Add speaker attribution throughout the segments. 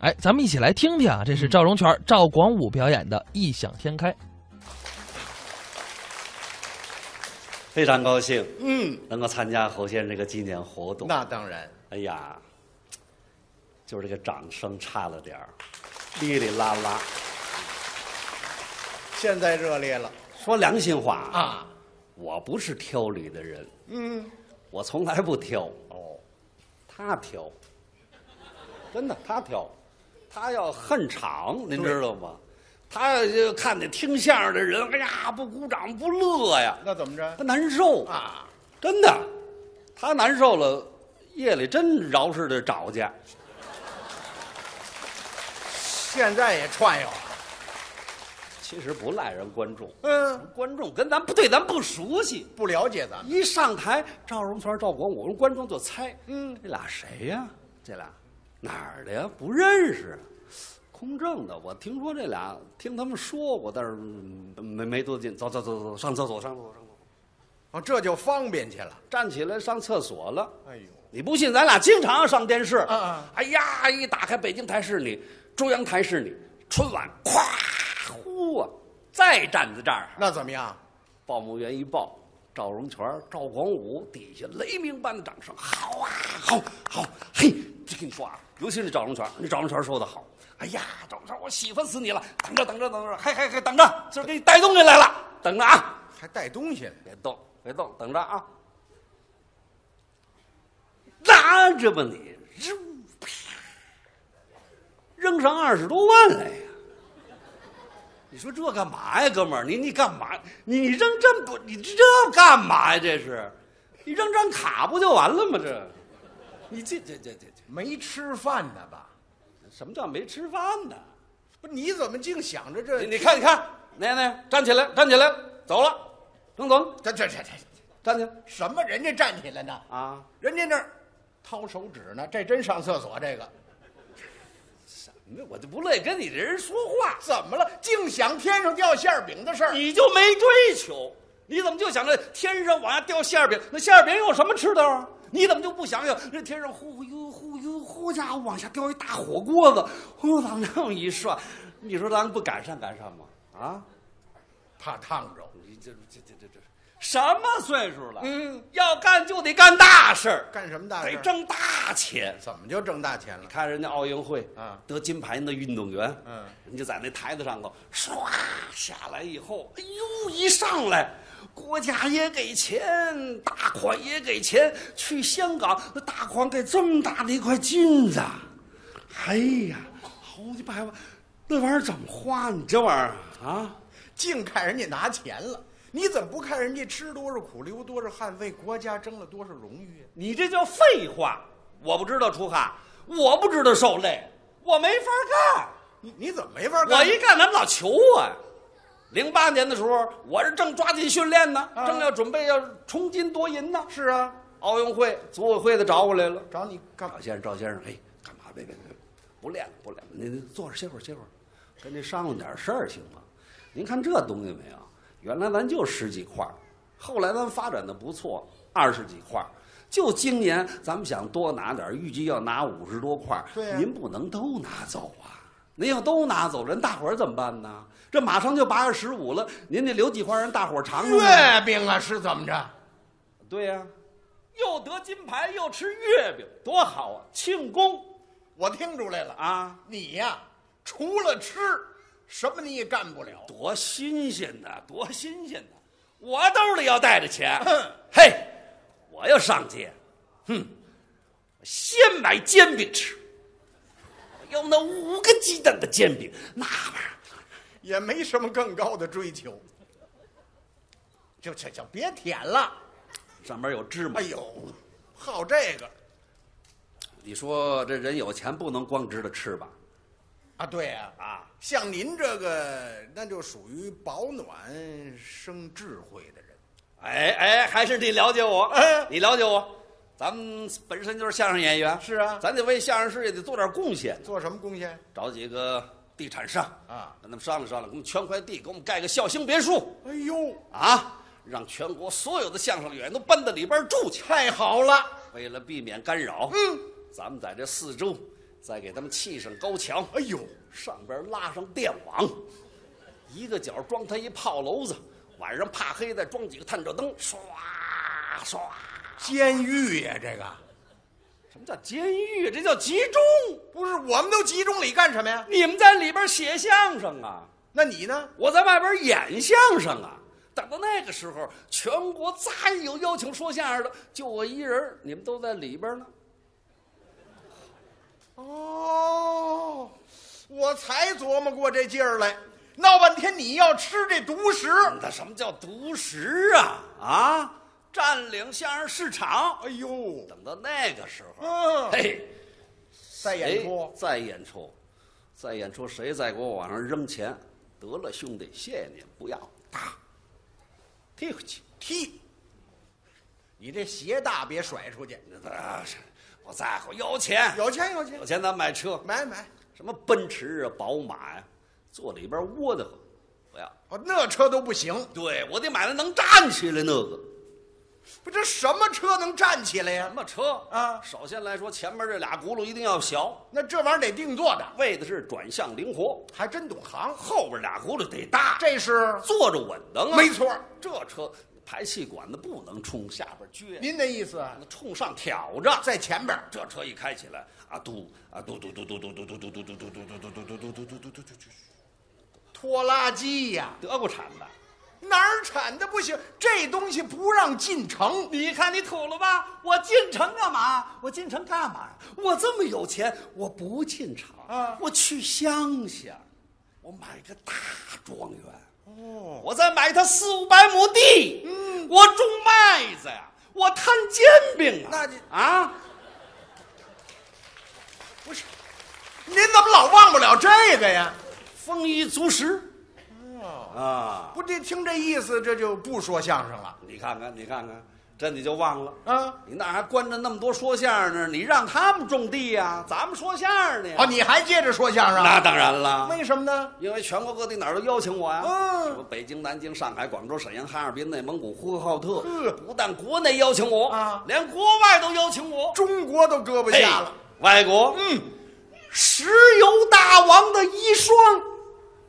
Speaker 1: 哎，咱们一起来听听啊，这是赵荣全、赵广武表演的《异想天开》。
Speaker 2: 非常高兴
Speaker 3: 嗯，
Speaker 2: 能够参加侯先生这个纪念活动。
Speaker 3: 那当然，
Speaker 2: 哎呀，就是这个掌声差了点儿，哩哩啦啦。
Speaker 3: 现在热烈了
Speaker 2: 说良心话，
Speaker 3: 啊，
Speaker 2: 我不是挑理的人，
Speaker 3: 嗯，
Speaker 2: 我从来不挑，
Speaker 3: 哦，
Speaker 2: 他挑，真的他挑，他要恨场，您知道吗？他要就看见听相声的人，哎呀，不鼓掌不乐呀，
Speaker 3: 那怎么
Speaker 2: 他
Speaker 3: 着
Speaker 2: 难受
Speaker 3: 啊？
Speaker 2: 真的，他难受了，夜里真饶似的找去。
Speaker 3: 现在也串悠，
Speaker 2: 其实不赖人观众，
Speaker 3: 嗯，
Speaker 2: 观众跟咱不对，咱不熟悉。
Speaker 3: 不了解咱们，
Speaker 2: 一上台，赵荣全、赵广武，我们观众就猜，
Speaker 3: 嗯，
Speaker 2: 这俩谁呀、这俩哪儿的呀？不认识。空政的，我听说这俩，听他们说过，但是嗯没没多近。走走走走，上厕所，上厕所，上厕所。
Speaker 3: 哦，这就方便去了。
Speaker 2: 站起来上厕所了。
Speaker 3: 哎呦，
Speaker 2: 你不信，咱俩经常上电视。
Speaker 3: 嗯嗯
Speaker 2: 哎呀，一打开北京台是你，中央台是你，春晚咵呼啊，再站在这儿，
Speaker 3: 那怎么样？
Speaker 2: 报幕员一报，赵荣全、赵广武底下雷鸣般的掌声，好啊，好，好，嘿，这跟你说啊，尤其是赵荣全，那赵荣全说的好，哎呀，赵荣全，我喜欢死你了，等着，等着，等着，还还还等着，今儿给你带东西来了，等着啊，
Speaker 3: 还带东西呢？
Speaker 2: 别动，别动，等着啊，拿着吧你，扔啪，扔上二十多万来呀！你说这干嘛呀，哥们儿？你你干嘛？你你扔这不？你这干嘛呀？这是，你扔张卡不就完了吗？这，你这这这这这，
Speaker 3: 没吃饭呢吧？
Speaker 2: 什么叫没吃饭呢？
Speaker 3: 不，你怎么净想着
Speaker 2: 你
Speaker 3: 这？
Speaker 2: 你看你看，奶奶站起来，站起来，走了，郑总
Speaker 3: 这这这这
Speaker 2: 站起来
Speaker 3: 什么？人家站起来呢？
Speaker 2: 啊！
Speaker 3: 人家那儿掏手指呢，这真上厕所这个
Speaker 2: 我就不乐意跟你这人说话。
Speaker 3: 怎么了？净想天上掉馅儿饼的事儿，
Speaker 2: 你就没追求，你怎么就想着天上往下掉馅儿饼？那馅儿饼有什么吃的啊？你怎么就不想想这天上呼悠呼悠呼家伙往下掉一大火锅子，呼啷这么一涮，你说咱们不赶上赶上吗？啊，
Speaker 3: 怕烫着。
Speaker 2: 你这这这这这什么岁数了？
Speaker 3: 嗯，
Speaker 2: 要干就得干大事儿，
Speaker 3: 干什么大事
Speaker 2: 得
Speaker 3: 儿？
Speaker 2: 挣大钱。
Speaker 3: 怎么就挣大钱了？
Speaker 2: 看人家奥运会
Speaker 3: 啊
Speaker 2: 得金牌那运动员，
Speaker 3: 嗯，
Speaker 2: 人家在那台子上头唰下来以后，哎呦，一上来，国家也给钱，大款也给钱，去香港那大款给这么大的一块金子，哎呀，好几百万，那玩意儿怎么花？你这玩意儿啊，
Speaker 3: 净看人家拿钱了，你怎么不看人家吃多少苦、流多少汗、为国家争了多少荣誉啊？
Speaker 2: 你这叫废话！我不知道出汗，我不知道受累，我没法干。
Speaker 3: 你你怎么没法干？
Speaker 2: 我一干，他们老求我。零八年的时候，我是正抓紧训练呢，
Speaker 3: 啊
Speaker 2: 正要准备要冲金夺银呢。
Speaker 3: 是啊，
Speaker 2: 奥运会组委会的找我来了，
Speaker 3: 找你干嘛
Speaker 2: 赵？先生，赵先生，哎，干嘛？别别别，不练了，不练了，您您坐着歇会儿，歇会儿，跟您商量点事儿行吗？您看这东西没有？原来咱就十几块儿，后来咱发展的不错，二十几块儿。就今年咱们想多拿点儿，预计要拿五十多块儿。
Speaker 3: 对呀
Speaker 2: 您不能都拿走啊！您要都拿走，人大伙儿怎么办呢？这马上就八月十五了，您得留几块儿让大伙儿尝尝啊。
Speaker 3: 月饼啊，是怎么着？
Speaker 2: 对呀、又得金牌又吃月饼，多好啊！庆功
Speaker 3: 我听出来了啊，
Speaker 2: 啊，
Speaker 3: 你呀、除了吃，什么你也干不了。
Speaker 2: 多新鲜呐，多新鲜呐！我兜里要带着钱
Speaker 3: 哼，
Speaker 2: 嘿，我要上街，哼，我先买煎饼吃，我要那五个鸡蛋的煎饼，那玩意儿
Speaker 3: 也没什么更高的追求。就就就别舔了，
Speaker 2: 上面有芝麻
Speaker 3: 哎。呦，好这个
Speaker 2: 你说这人有钱不能光知道吃吧？
Speaker 3: 啊，对呀、啊，
Speaker 2: 啊，
Speaker 3: 像您这个那就属于保暖生智慧的人，
Speaker 2: 哎哎，还是你了解我，
Speaker 3: 哎
Speaker 2: 你了解我。咱们本身就是相声演员，
Speaker 3: 是啊
Speaker 2: 咱得为相声事业得做点贡献。
Speaker 3: 做什么贡献
Speaker 2: 找几个地产商
Speaker 3: 啊
Speaker 2: 跟他们商量商量，给我们圈块地，给我们盖个孝兴别墅
Speaker 3: 哎呦，
Speaker 2: 啊，让全国所有的相声演员都搬到里边住去。
Speaker 3: 太好了！
Speaker 2: 为了避免干扰，
Speaker 3: 嗯，
Speaker 2: 咱们在这四周再给他们砌上高墙，
Speaker 3: 哎呦，
Speaker 2: 上边拉上电网，一个角装他一炮楼子，晚上怕黑再装几个探照灯，唰唰。
Speaker 3: 监狱呀、这个
Speaker 2: 什么叫监狱？这叫集中。
Speaker 3: 不是我们都集中里干什么呀？
Speaker 2: 你们在里边写相声啊，
Speaker 3: 那你呢？
Speaker 2: 我在外边演相声啊。等到那个时候，全国再有邀请说相声的，就我一人儿，你们都在里边呢。
Speaker 3: 哦，我才琢磨过这劲儿来，闹半天你要吃这独食，
Speaker 2: 那什么叫独食啊？啊，占领相声市场。
Speaker 3: 哎呦，
Speaker 2: 等到那个时候，
Speaker 3: 嗯，
Speaker 2: 嘿，
Speaker 3: 再演
Speaker 2: 谁
Speaker 3: 出
Speaker 2: 再演出，再演出，谁再给我往上扔钱？得了，兄弟，谢谢你，不要，打，踢回去。
Speaker 3: 踢，你这鞋大别甩出去，
Speaker 2: 啊，我在乎有钱，
Speaker 3: 有钱有钱
Speaker 2: 有，钱咱买车，
Speaker 3: 买买，
Speaker 2: 什么奔驰啊、宝马呀、坐里边窝得慌，不要。
Speaker 3: 哦，那车都不行，
Speaker 2: 对我得买那能站起来那个。
Speaker 3: 不这什么车能站起来呀
Speaker 2: 什？么车
Speaker 3: 啊
Speaker 2: 首先来说，前面这俩轱辘一定要小，
Speaker 3: 那这玩意儿得定做的，
Speaker 2: 为的是转向灵活；
Speaker 3: 还真懂行，
Speaker 2: 后边俩轱辘得大，
Speaker 3: 这是
Speaker 2: 坐着稳当啊。
Speaker 3: 没错，
Speaker 2: 这车排气管子不能冲下边撅，
Speaker 3: 您的意思啊
Speaker 2: 冲上挑着。
Speaker 3: 在前边儿，
Speaker 2: 这车一开起来，啊嘟啊嘟嘟嘟嘟嘟嘟嘟嘟嘟嘟嘟嘟嘟嘟嘟嘟嘟嘟嘟嘟嘟，
Speaker 3: 拖拉机呀、
Speaker 2: 德国产的。
Speaker 3: 哪儿产的不行？这东西不让进城。
Speaker 2: 你看你吐了吧？啊我进城干嘛？我进城干嘛呀？我这么有钱，我不进城
Speaker 3: 啊
Speaker 2: 我去乡下，我买个大庄园。哦，我再买它四五百亩地。嗯，我种麦子呀，我摊煎饼啊。
Speaker 3: 那你
Speaker 2: 啊，
Speaker 3: 不是，您怎么老忘不了这个呀？
Speaker 2: 丰衣足食。啊，
Speaker 3: 不，这听这意思，这就不说相声了
Speaker 2: 你看看，你看看，这你就忘了。
Speaker 3: 啊！
Speaker 2: 你那还关着那么多说相声呢？你让他们种地呀、咱们说相声呢。
Speaker 3: 哦，你还接着说相声？
Speaker 2: 那当然了。
Speaker 3: 为什么呢？
Speaker 2: 因为全国各地哪儿都邀请我呀、
Speaker 3: 嗯
Speaker 2: 什么北京、南京、上海、广州、沈阳、哈尔滨、内蒙古、呼和浩特，
Speaker 3: 嗯
Speaker 2: 不但国内邀请我
Speaker 3: 啊
Speaker 2: 连国外都邀请我，
Speaker 3: 中国都搁不
Speaker 2: 嘿
Speaker 3: 下了。
Speaker 2: 外国，嗯，石油大王的遗孀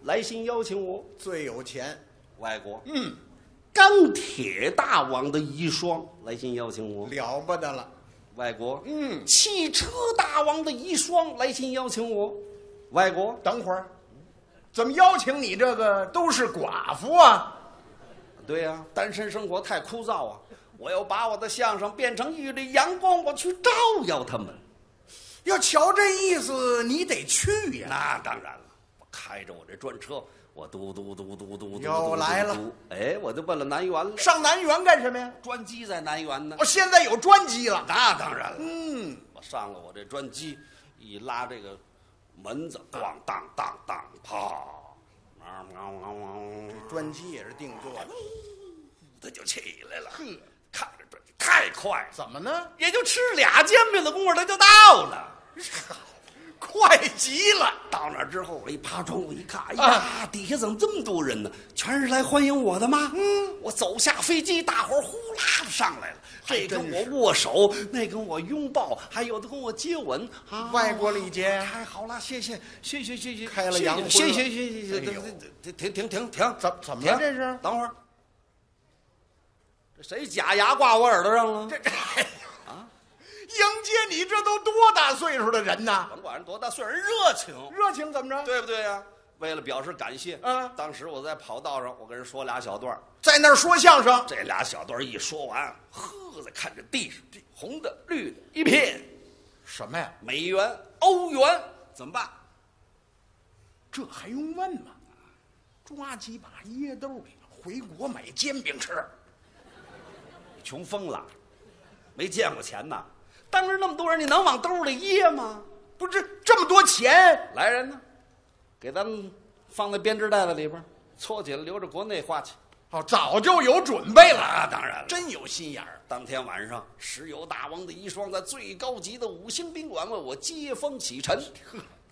Speaker 2: 来信邀请我，
Speaker 3: 最有钱，
Speaker 2: 外国，
Speaker 3: 嗯，
Speaker 2: 钢铁大王的遗孀来信邀请我，
Speaker 3: 了不得了。
Speaker 2: 外国，
Speaker 3: 嗯，
Speaker 2: 汽车大王的遗孀来信邀请我，外国，
Speaker 3: 等会儿，怎么邀请你这个都是寡妇啊？
Speaker 2: 对呀、单身生活太枯燥啊！ 我要把我的相声变成一缕阳光，我去照耀他们。
Speaker 3: 要瞧这意思，你得去呀、
Speaker 2: 那当然了，我开着我这专车，我嘟嘟嘟嘟嘟嘟嘟
Speaker 3: 又来了
Speaker 2: 嘟嘟。哎，我就奔了南园了。
Speaker 3: 上南园干什么呀？
Speaker 2: 专机在南园呢
Speaker 3: 哦，。现在有专机了。
Speaker 2: 那当然了，
Speaker 3: 嗯，
Speaker 2: 我上了我这专机，一拉这个门子，咣当当当，啪，汪汪汪汪，
Speaker 3: 专机也是定做的。
Speaker 2: 他就起来了。
Speaker 3: 呵，
Speaker 2: 看着专机太快了，
Speaker 3: 怎么呢？
Speaker 2: 也就吃俩煎饼的功夫，他就到了。
Speaker 3: 快极了！
Speaker 2: 到那儿之后，我一趴窗户一看，哎
Speaker 3: 啊
Speaker 2: 呀，底下怎么这么多人呢？全是来欢迎我的吗？嗯，我走下飞机，大伙儿呼啦的上来了，这跟我握手，那跟我拥抱，还有的跟我接吻啊！
Speaker 3: 外国礼节
Speaker 2: 太好了，谢谢，谢谢，谢谢，
Speaker 3: 开了洋荤了
Speaker 2: 谢谢，谢谢，谢谢，
Speaker 3: 哎呦
Speaker 2: 停停停停停，
Speaker 3: 怎怎么了
Speaker 2: 停
Speaker 3: 这是
Speaker 2: 等会儿，这谁假牙挂我耳朵上了？
Speaker 3: 这这啊，迎接你这都多大岁数的人呐？
Speaker 2: 甭管人多大岁数，人热情。
Speaker 3: 热情怎么着？
Speaker 2: 对不对呀、为了表示感谢，
Speaker 3: 嗯
Speaker 2: 当时我在跑道上，我跟人说俩小段儿
Speaker 3: 在那儿说相声，
Speaker 2: 这俩小段儿一说完，呵，再看着地上这红的、绿的一片，
Speaker 3: 什么呀？
Speaker 2: 美元、欧元怎么办？
Speaker 3: 这还用问吗？抓几把掖兜里，回国买煎饼吃。
Speaker 2: 你穷疯了，没见过钱呐！当时那么多人，你能往兜里掖吗？
Speaker 3: 不是这么多钱，
Speaker 2: 来人呢，给咱们放在编织袋子里边儿，搓起来留着国内花去。
Speaker 3: 哦，早就有准备
Speaker 2: 那
Speaker 3: 了，
Speaker 2: 当然了。
Speaker 3: 真有心眼儿。
Speaker 2: 当天晚上，石油大王的遗孀在最高级的五星宾馆为我接风洗尘，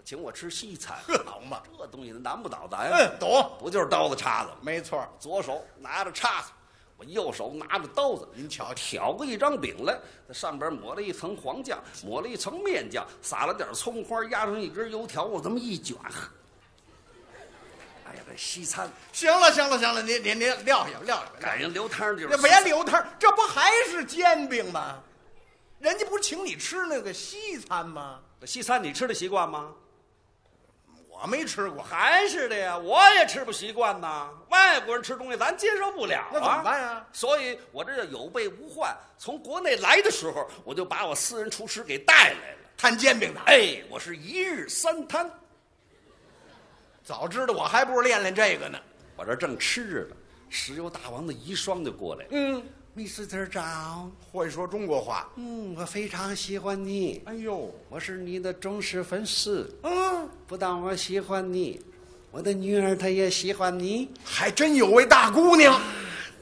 Speaker 2: 请我吃西餐。
Speaker 3: 好嘛，
Speaker 2: 这东西难不倒咱呀？
Speaker 3: 嗯，懂，
Speaker 2: 不就是刀子叉子吗？
Speaker 3: 没错儿。
Speaker 2: 左手拿着叉子，我右手拿着刀子，
Speaker 3: 您瞧瞧，
Speaker 2: 挑过一张饼来，在上边抹了一层黄酱，抹了一层面酱，撒了点葱花，压上一根油条，我这么一卷，呵哎呀，这西餐
Speaker 3: 行了行了行了，您您您撂下吧撂下吧，
Speaker 2: 赶上流汤就是
Speaker 3: 这别留摊儿，这不还是煎饼吗？人家不是请你吃那个西餐吗？
Speaker 2: 西餐，你吃的习惯吗？
Speaker 3: 我没吃过，
Speaker 2: 还是的呀，我也吃不习惯呐。外国人吃东西咱接受不了啊，
Speaker 3: 那怎么办啊？
Speaker 2: 所以我这叫有备无患。从国内来的时候，我就把我私人厨师给带来了。
Speaker 3: 摊煎饼的。
Speaker 2: 哎，我是一日三餐，
Speaker 3: 早知道我还不如练练这个呢。
Speaker 2: 我这正吃着呢，石油大王的遗孀就过来了。嗯，Mr. 长，
Speaker 3: 会说中国话。
Speaker 2: 嗯，我非常喜欢你，
Speaker 3: 哎呦，
Speaker 2: 我是你的忠实粉丝。
Speaker 3: 嗯，
Speaker 2: 不但我喜欢你，我的女儿她也喜欢你。
Speaker 3: 还真有位大姑娘。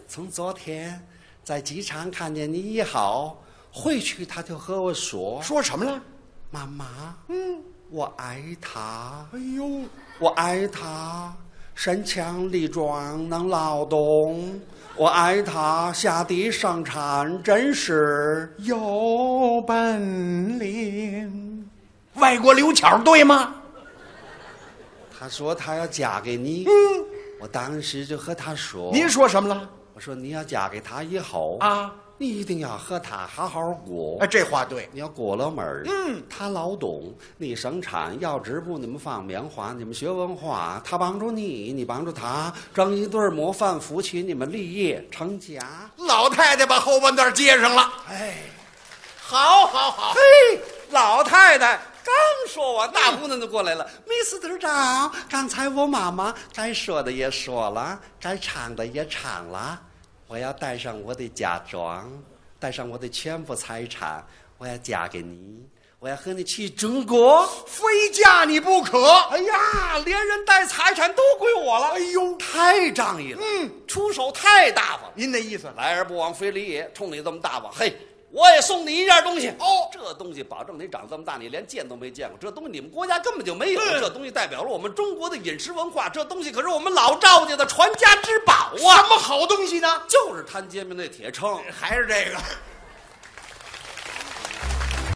Speaker 2: 从昨天在机场看见你以后，回去他就和我说
Speaker 3: 说什么了？：“
Speaker 2: 妈妈，嗯，我爱他，
Speaker 3: 哎呦，
Speaker 2: 我爱他，身强力壮能劳动，我爱他下地生产，真是
Speaker 3: 有本领。外国刘巧对吗？
Speaker 2: 他说他要嫁给你，
Speaker 3: 嗯，
Speaker 2: 我当时就和他说，
Speaker 3: 您说什么了？
Speaker 2: 我说你要嫁给他以后
Speaker 3: 啊，
Speaker 2: 你一定要和他好好过。
Speaker 3: 哎，这话对。
Speaker 2: 你要过了门儿，嗯，他劳动，你生产，要织布，你们放棉花，你们学文化，他帮助你，你帮助他，整一对儿模范夫妻，你们立业成家。
Speaker 3: 老太太把后半段接上了。
Speaker 2: 哎，
Speaker 3: 好，好，好。
Speaker 2: 嘿，老太太刚说完，大姑娘就过来了，Mr. 长，刚才我妈妈该说的也说了，该唱的也唱了，我要带上我的嫁妆，带上我的全部财产，我要嫁给你，我要和你去中国。
Speaker 3: 非嫁你不可。
Speaker 2: 哎呀，连人带财产都归我了！哎呦，太仗义了，嗯，出手太大方了，
Speaker 3: 您那意思？
Speaker 2: 来而不往非礼也。冲你这么大方，嘿，我也送你一件东西。哦，这东西保证你长这么大你连见都没见过，这东西你们国家根本就没有。这东西代表了我们中国的饮食文化，这东西可是我们老赵家的传家之宝啊！
Speaker 3: 什么好东西呢？
Speaker 2: 就是摊煎饼那铁秤，
Speaker 3: 还是这个。